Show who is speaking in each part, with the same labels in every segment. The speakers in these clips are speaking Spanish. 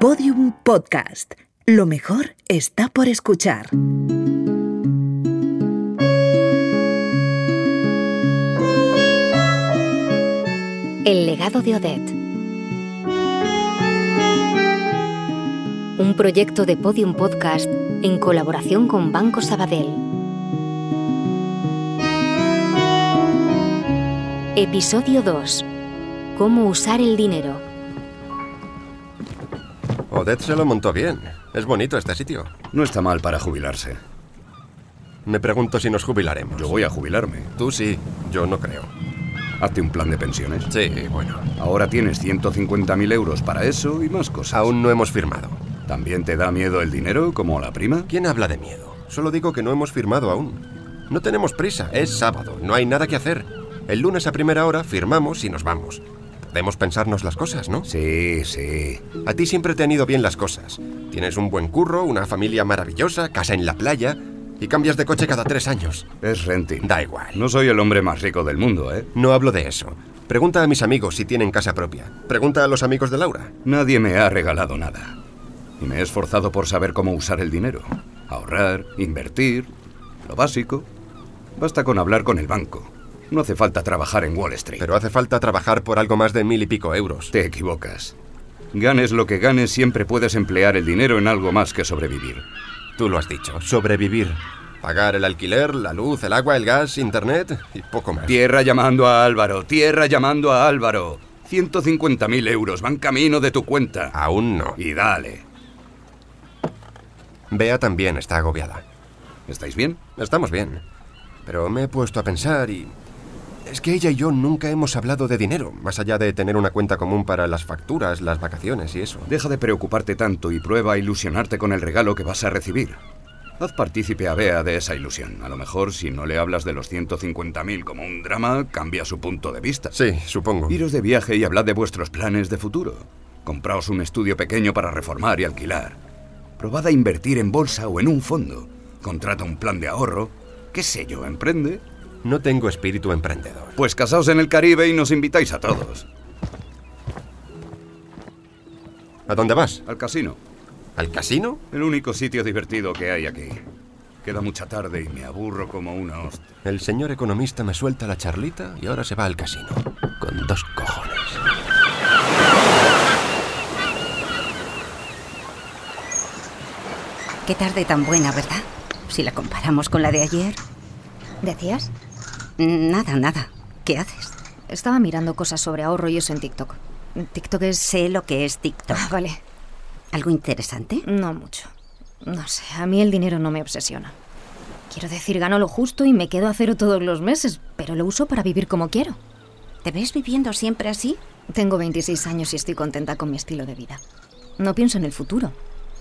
Speaker 1: Podium Podcast. Lo mejor está por escuchar.
Speaker 2: El legado de Odette. Un proyecto de Podium Podcast en colaboración con Banco Sabadell. Episodio 2. Cómo usar el dinero.
Speaker 3: Odette se lo montó bien. Es bonito este sitio.
Speaker 4: No está mal para jubilarse.
Speaker 3: Me pregunto si nos jubilaremos.
Speaker 4: Yo voy a jubilarme.
Speaker 3: Tú sí, yo no creo.
Speaker 4: Hazte un plan de pensiones.
Speaker 3: Sí, bueno.
Speaker 4: Ahora tienes 150.000 euros para eso y más cosas.
Speaker 3: Aún no hemos firmado.
Speaker 4: ¿También te da miedo el dinero, como la prima?
Speaker 3: ¿Quién habla de miedo? Solo digo que no hemos firmado aún. No tenemos prisa. Es sábado. No hay nada que hacer. El lunes a primera hora firmamos y nos vamos. Podemos pensarnos las cosas, ¿no?
Speaker 4: Sí, sí.
Speaker 3: A ti siempre te han ido bien las cosas. Tienes un buen curro, una familia maravillosa, casa en la playa y cambias de coche cada tres años.
Speaker 4: Es renting.
Speaker 3: Da igual.
Speaker 4: No soy el hombre más rico del mundo, ¿eh?
Speaker 3: No hablo de eso. Pregunta a mis amigos si tienen casa propia. Pregunta a los amigos de Laura.
Speaker 4: Nadie me ha regalado nada. Y me he esforzado por saber cómo usar el dinero. Ahorrar, invertir, lo básico. Basta con hablar con el banco. No hace falta trabajar en Wall Street.
Speaker 3: Pero hace falta trabajar por algo más de mil y pico euros.
Speaker 4: Te equivocas. Ganes lo que ganes, siempre puedes emplear el dinero en algo más que sobrevivir.
Speaker 3: Tú lo has dicho, sobrevivir. Pagar el alquiler, la luz, el agua, el gas, internet y poco más.
Speaker 4: Tierra llamando a Álvaro, tierra llamando a Álvaro. 150.000 euros van camino de tu cuenta.
Speaker 3: Aún no.
Speaker 4: Y dale.
Speaker 3: Bea también está agobiada.
Speaker 4: ¿Estáis bien?
Speaker 3: Estamos bien. Pero me he puesto a pensar y... Es que ella y yo nunca hemos hablado de dinero, más allá de tener una cuenta común para las facturas, las vacaciones y eso.
Speaker 4: Deja de preocuparte tanto y prueba a ilusionarte con el regalo que vas a recibir. Haz partícipe a Bea de esa ilusión. A lo mejor, si no le hablas de los 150.000 como un drama, cambia su punto de vista.
Speaker 3: Sí, supongo.
Speaker 4: Iros de viaje y hablad de vuestros planes de futuro. Compraos un estudio pequeño para reformar y alquilar. Probad a invertir en bolsa o en un fondo. Contrata un plan de ahorro. ¿Qué sé yo? ¿Emprende?
Speaker 3: No tengo espíritu emprendedor.
Speaker 4: Pues casaos en el Caribe y nos invitáis a todos.
Speaker 3: ¿A dónde vas?
Speaker 4: Al casino.
Speaker 3: ¿Al casino?
Speaker 4: El único sitio divertido que hay aquí. Queda mucha tarde y me aburro como una hostia.
Speaker 3: El señor economista me suelta la charlita y ahora se va al casino. Con dos cojones.
Speaker 5: Qué tarde tan buena, ¿verdad? Si la comparamos con la de ayer.
Speaker 2: ¿Decías?
Speaker 5: Nada, nada. ¿Qué haces?
Speaker 2: Estaba mirando cosas sobre ahorro y eso en TikTok. TikTok es...
Speaker 5: Sé lo que es TikTok.
Speaker 2: Ah, vale.
Speaker 5: ¿Algo interesante?
Speaker 2: No mucho. No sé, a mí el dinero no me obsesiona. Quiero decir, gano lo justo y me quedo a cero todos los meses, pero lo uso para vivir como quiero.
Speaker 5: ¿Te ves viviendo siempre así?
Speaker 2: Tengo 26 años y estoy contenta con mi estilo de vida. No pienso en el futuro.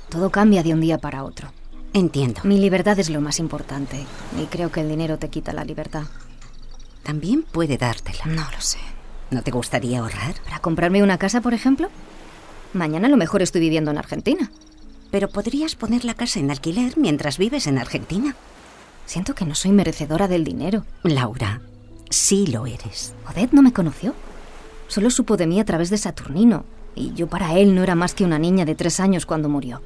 Speaker 2: Todo cambia de un día para otro.
Speaker 5: Entiendo.
Speaker 2: Mi libertad es lo más importante y creo que el dinero te quita la libertad.
Speaker 5: También puede dártela.
Speaker 2: No lo sé.
Speaker 5: ¿No te gustaría ahorrar?
Speaker 2: ¿Para comprarme una casa, por ejemplo? Mañana a lo mejor estoy viviendo en Argentina.
Speaker 5: Pero podrías poner la casa en alquiler mientras vives en Argentina.
Speaker 2: Siento que no soy merecedora del dinero.
Speaker 5: Laura, sí lo eres.
Speaker 2: Odette no me conoció. Solo supo de mí a través de Saturnino. Y yo para él no era más que una niña de tres años cuando murió.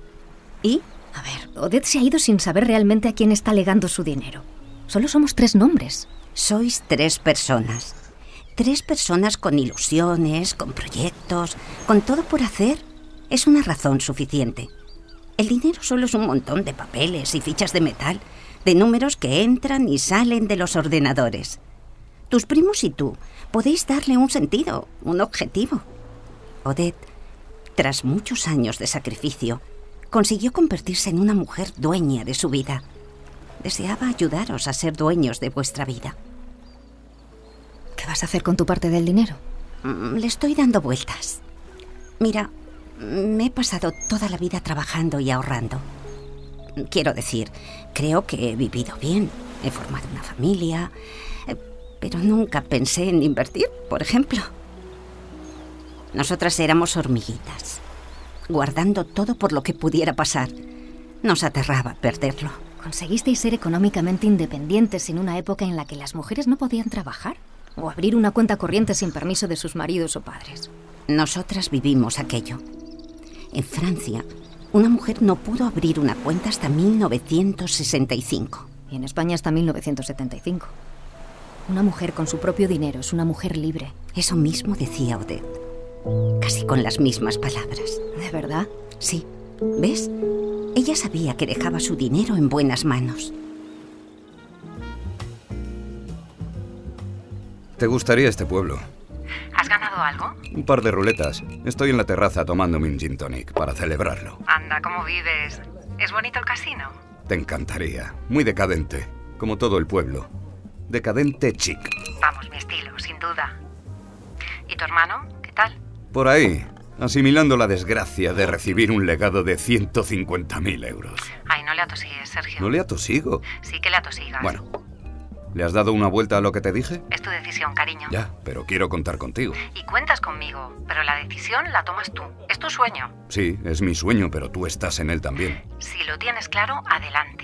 Speaker 5: ¿Y?
Speaker 2: A ver, Odette se ha ido sin saber realmente a quién está legando su dinero. Solo somos tres nombres.
Speaker 5: Sois tres personas. Tres personas con ilusiones, con proyectos, con todo por hacer. Es una razón suficiente. El dinero solo es un montón de papeles y fichas de metal, de números que entran y salen de los ordenadores. Tus primos y tú podéis darle un sentido, un objetivo. Odette, tras muchos años de sacrificio, consiguió convertirse en una mujer dueña de su vida. Deseaba ayudaros a ser dueños de vuestra vida.
Speaker 2: ¿Qué vas a hacer con tu parte del dinero?
Speaker 5: Mm, Le estoy dando vueltas. Mira, me he pasado toda la vida trabajando y ahorrando. Quiero decir, creo que he vivido bien, he formado una familia, eh, pero nunca pensé en invertir, por ejemplo. Nosotras éramos hormiguitas, guardando todo por lo que pudiera pasar. Nos aterraba perderlo.
Speaker 2: ¿Conseguisteis ser económicamente independientes en una época en la que las mujeres no podían trabajar? ¿O abrir una cuenta corriente sin permiso de sus maridos o padres?
Speaker 5: Nosotras vivimos aquello. En Francia, una mujer no pudo abrir una cuenta hasta 1965.
Speaker 2: Y en España hasta 1975. Una mujer con su propio dinero es una mujer libre.
Speaker 5: Eso mismo decía Odette. Casi con las mismas palabras.
Speaker 2: ¿De verdad?
Speaker 5: Sí. ¿Ves? Ella sabía que dejaba su dinero en buenas manos.
Speaker 4: ¿Te gustaría este pueblo?
Speaker 6: ¿Has ganado algo?
Speaker 4: Un par de ruletas. Estoy en la terraza tomándome un gin tonic para celebrarlo.
Speaker 6: Anda, ¿cómo vives? ¿Es bonito el casino?
Speaker 4: Te encantaría. Muy decadente. Como todo el pueblo. Decadente chic.
Speaker 6: Vamos, mi estilo, sin duda. ¿Y tu hermano? ¿Qué tal?
Speaker 4: Por ahí, asimilando la desgracia de recibir un legado de 150.000 euros.
Speaker 6: Ay, no le atosigues, Sergio.
Speaker 4: No le atosigo.
Speaker 6: Sí que le atosigas.
Speaker 4: Bueno, ¿le has dado una vuelta a lo que te dije?
Speaker 6: Es tu decisión, cariño.
Speaker 4: Ya, pero quiero contar contigo.
Speaker 6: Y cuentas conmigo, pero la decisión la tomas tú. Es tu sueño.
Speaker 4: Sí, es mi sueño, pero tú estás en él también.
Speaker 6: Si lo tienes claro, adelante.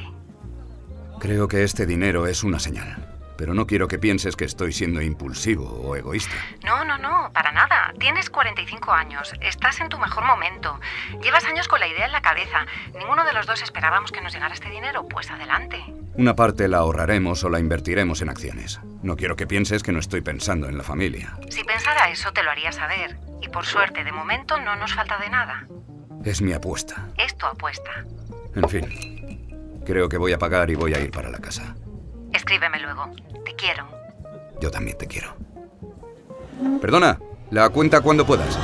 Speaker 4: Creo que este dinero es una señal. Pero no quiero que pienses que estoy siendo impulsivo o egoísta.
Speaker 6: No, no, no, para nada. Tienes 45 años, estás en tu mejor momento. Llevas años con la idea en la cabeza. Ninguno de los dos esperábamos que nos llegara este dinero, pues adelante.
Speaker 4: Una parte la ahorraremos o la invertiremos en acciones. No quiero que pienses que no estoy pensando en la familia.
Speaker 6: Si pensara eso, te lo haría saber. Y por suerte, de momento no nos falta de nada.
Speaker 4: Es mi apuesta.
Speaker 6: Es tu apuesta.
Speaker 4: En fin, creo que voy a pagar y voy a ir para la casa.
Speaker 6: Escríbeme luego. Te quiero.
Speaker 4: Yo también te quiero. Perdona, la cuenta cuando puedas.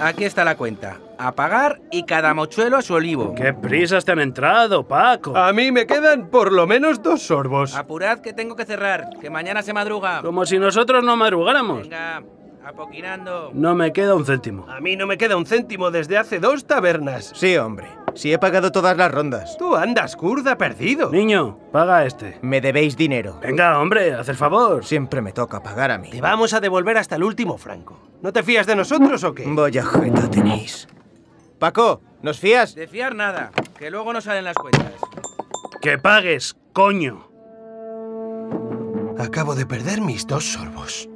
Speaker 7: Aquí está la cuenta. A pagar y cada mochuelo a su olivo.
Speaker 8: ¡Qué prisas te han entrado, Paco!
Speaker 9: A mí me quedan por lo menos dos sorbos.
Speaker 7: Apurad que tengo que cerrar, que mañana se madruga.
Speaker 8: Como si nosotros no madrugáramos.
Speaker 7: Venga, apoquinando.
Speaker 8: No me queda un céntimo.
Speaker 9: A mí no me queda un céntimo desde hace dos tabernas.
Speaker 10: Sí, hombre. Si he pagado todas las rondas.
Speaker 9: Tú andas, curda, perdido.
Speaker 8: Niño, paga este.
Speaker 10: Me debéis dinero.
Speaker 8: Venga, hombre, haz el favor.
Speaker 10: Siempre me toca pagar a mí.
Speaker 9: Te vamos a devolver hasta el último franco. ¿No te fías de nosotros o qué?
Speaker 10: Vaya jeta tenéis. Paco, ¿nos fías?
Speaker 7: De fiar nada, que luego no salen las cuentas.
Speaker 8: ¡Que pagues, coño!
Speaker 9: Acabo de perder mis dos sorbos.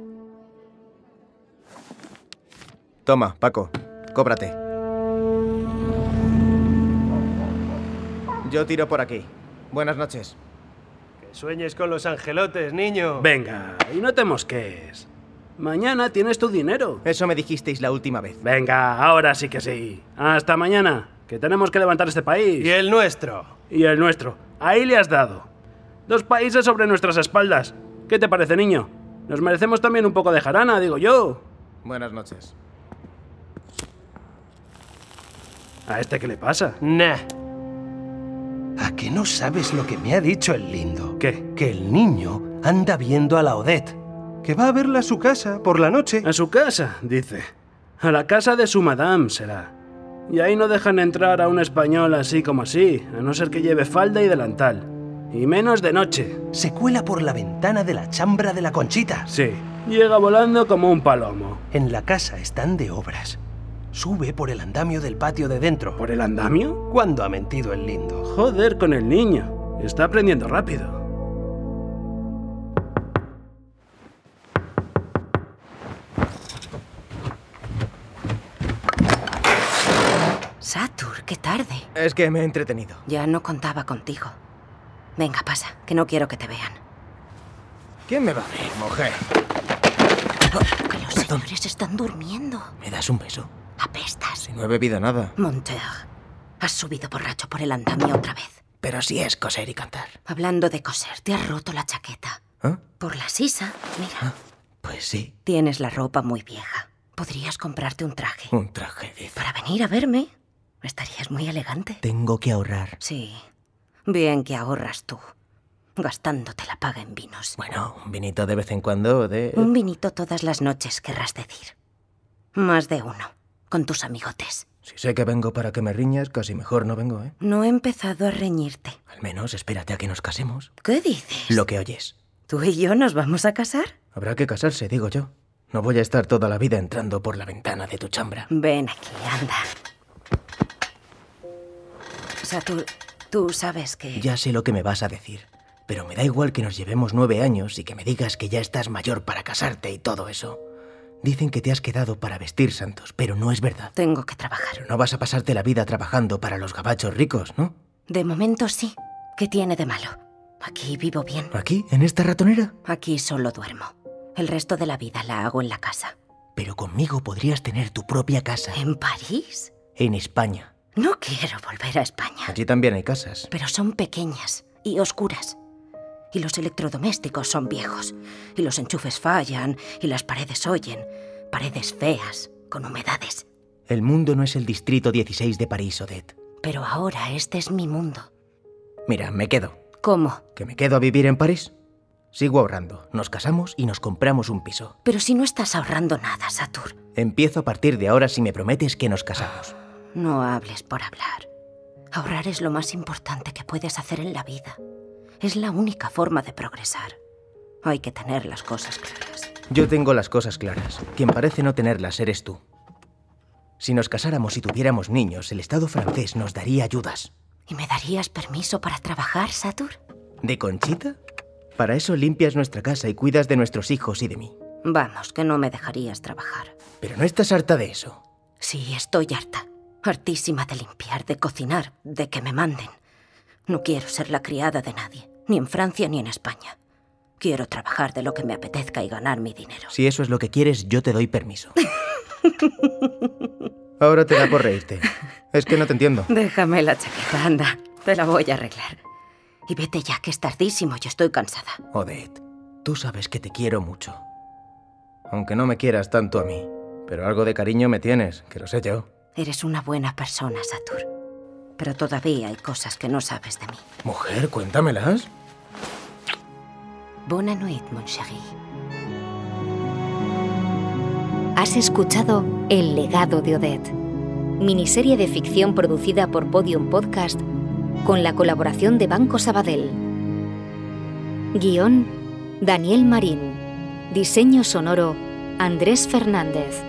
Speaker 10: Toma, Paco, cóbrate. Yo tiro por aquí. Buenas noches.
Speaker 9: Que sueñes con los angelotes, niño.
Speaker 8: Venga, y no te mosques. Mañana tienes tu dinero.
Speaker 10: Eso me dijisteis la última vez.
Speaker 8: Venga, ahora sí que sí. Hasta mañana, que tenemos que levantar este país.
Speaker 9: Y el nuestro.
Speaker 8: Y el nuestro. Ahí le has dado. Dos países sobre nuestras espaldas. ¿Qué te parece, niño? Nos merecemos también un poco de jarana, digo yo.
Speaker 10: Buenas noches.
Speaker 8: ¿A este qué le pasa?
Speaker 9: Nah. ¿A que no sabes lo que me ha dicho el lindo?
Speaker 8: ¿Qué?
Speaker 9: Que el niño anda viendo a la Odette. Que va a verla a su casa por la noche.
Speaker 8: A su casa, dice. A la casa de su madame será. Y ahí no dejan entrar a un español así como así, a no ser que lleve falda y delantal. Y menos de noche.
Speaker 9: Se cuela por la ventana de la chambra de la conchita.
Speaker 8: Sí, llega volando como un palomo.
Speaker 9: En la casa están de obras. Sube por el andamio del patio de dentro.
Speaker 8: ¿Por el andamio?
Speaker 9: ¿Cuándo ha mentido el lindo?
Speaker 8: Joder con el niño. Está aprendiendo rápido.
Speaker 5: Satur, qué tarde.
Speaker 10: Es que me he entretenido.
Speaker 5: Ya no contaba contigo. Venga, pasa, que no quiero que te vean.
Speaker 10: ¿Quién me va a ver, mujer?
Speaker 5: que los señores están durmiendo.
Speaker 10: ¿Me das un beso?
Speaker 5: Apestas.
Speaker 10: Si no he bebido nada.
Speaker 5: Monteur, has subido borracho por el andamio otra vez.
Speaker 10: Pero sí es coser y cantar.
Speaker 5: Hablando de coser, te has roto la chaqueta.
Speaker 10: ¿Ah?
Speaker 5: Por la sisa, mira.
Speaker 10: Pues sí.
Speaker 5: Tienes la ropa muy vieja. Podrías comprarte un traje.
Speaker 10: Un traje de...
Speaker 5: Para venir a verme, estarías muy elegante.
Speaker 10: Tengo que ahorrar.
Speaker 5: Sí. Bien que ahorras tú. Gastándote la paga en vinos.
Speaker 10: Bueno, un vinito de vez en cuando de...
Speaker 5: Un vinito todas las noches, querrás decir. Más de uno, con tus amigotes.
Speaker 10: Si sé que vengo para que me riñas, casi mejor no vengo, ¿eh?
Speaker 5: No he empezado a reñirte.
Speaker 10: Al menos espérate a que nos casemos.
Speaker 5: ¿Qué dices?
Speaker 10: Lo que oyes.
Speaker 5: ¿Tú y yo nos vamos a casar?
Speaker 10: Habrá que casarse, digo yo. No voy a estar toda la vida entrando por la ventana de tu chambra.
Speaker 5: Ven aquí, anda. O sea, tú, tú sabes que...
Speaker 10: Ya sé lo que me vas a decir, pero me da igual que nos llevemos nueve años y que me digas que ya estás mayor para casarte y todo eso. Dicen que te has quedado para vestir santos, pero no es verdad.
Speaker 5: Tengo que trabajar.
Speaker 10: No vas a pasarte la vida trabajando para los gabachos ricos, ¿no?
Speaker 5: De momento sí. ¿Qué tiene de malo? Aquí vivo bien.
Speaker 10: ¿Aquí? ¿En esta ratonera?
Speaker 5: Aquí solo duermo. El resto de la vida la hago en la casa.
Speaker 10: Pero conmigo podrías tener tu propia casa.
Speaker 5: ¿En París?
Speaker 10: En España.
Speaker 5: No quiero volver a España.
Speaker 10: Allí también hay casas.
Speaker 5: Pero son pequeñas y oscuras. Y los electrodomésticos son viejos. Y los enchufes fallan. Y las paredes oyen. Paredes feas, con humedades.
Speaker 10: El mundo no es el distrito 16 de París, Odette.
Speaker 5: Pero ahora este es mi mundo.
Speaker 10: Mira, me quedo.
Speaker 5: ¿Cómo?
Speaker 10: ¿Que me quedo a vivir en París? Sigo ahorrando. Nos casamos y nos compramos un piso.
Speaker 5: Pero si no estás ahorrando nada, Satur.
Speaker 10: Empiezo a partir de ahora si me prometes que nos casamos.
Speaker 5: No hables por hablar. Ahorrar es lo más importante que puedes hacer en la vida. Es la única forma de progresar. Hay que tener las cosas claras.
Speaker 10: Yo tengo las cosas claras. Quien parece no tenerlas eres tú. Si nos casáramos y tuviéramos niños, el Estado francés nos daría ayudas.
Speaker 5: ¿Y me darías permiso para trabajar, Satur?
Speaker 10: ¿De Conchita? Para eso limpias nuestra casa y cuidas de nuestros hijos y de mí.
Speaker 5: Vamos, que no me dejarías trabajar.
Speaker 10: Pero no estás harta de eso.
Speaker 5: Sí, estoy harta. Hartísima de limpiar, de cocinar, de que me manden. No quiero ser la criada de nadie, ni en Francia ni en España. Quiero trabajar de lo que me apetezca y ganar mi dinero.
Speaker 10: Si eso es lo que quieres, yo te doy permiso. Ahora te da por reírte. Es que no te entiendo.
Speaker 5: Déjame la chaqueta, anda. Te la voy a arreglar. Y vete ya, que es tardísimo, yo estoy cansada.
Speaker 10: Odette, tú sabes que te quiero mucho. Aunque no me quieras tanto a mí, pero algo de cariño me tienes, que lo sé yo.
Speaker 5: Eres una buena persona, Satur. Pero todavía hay cosas que no sabes de mí.
Speaker 10: Mujer, cuéntamelas.
Speaker 5: Buena nuit, mon chéri.
Speaker 11: Has escuchado El legado de Odette, miniserie de ficción producida por Podium Podcast con la colaboración de Banco Sabadell. Guión, Daniel Marín. Diseño sonoro, Andrés Fernández.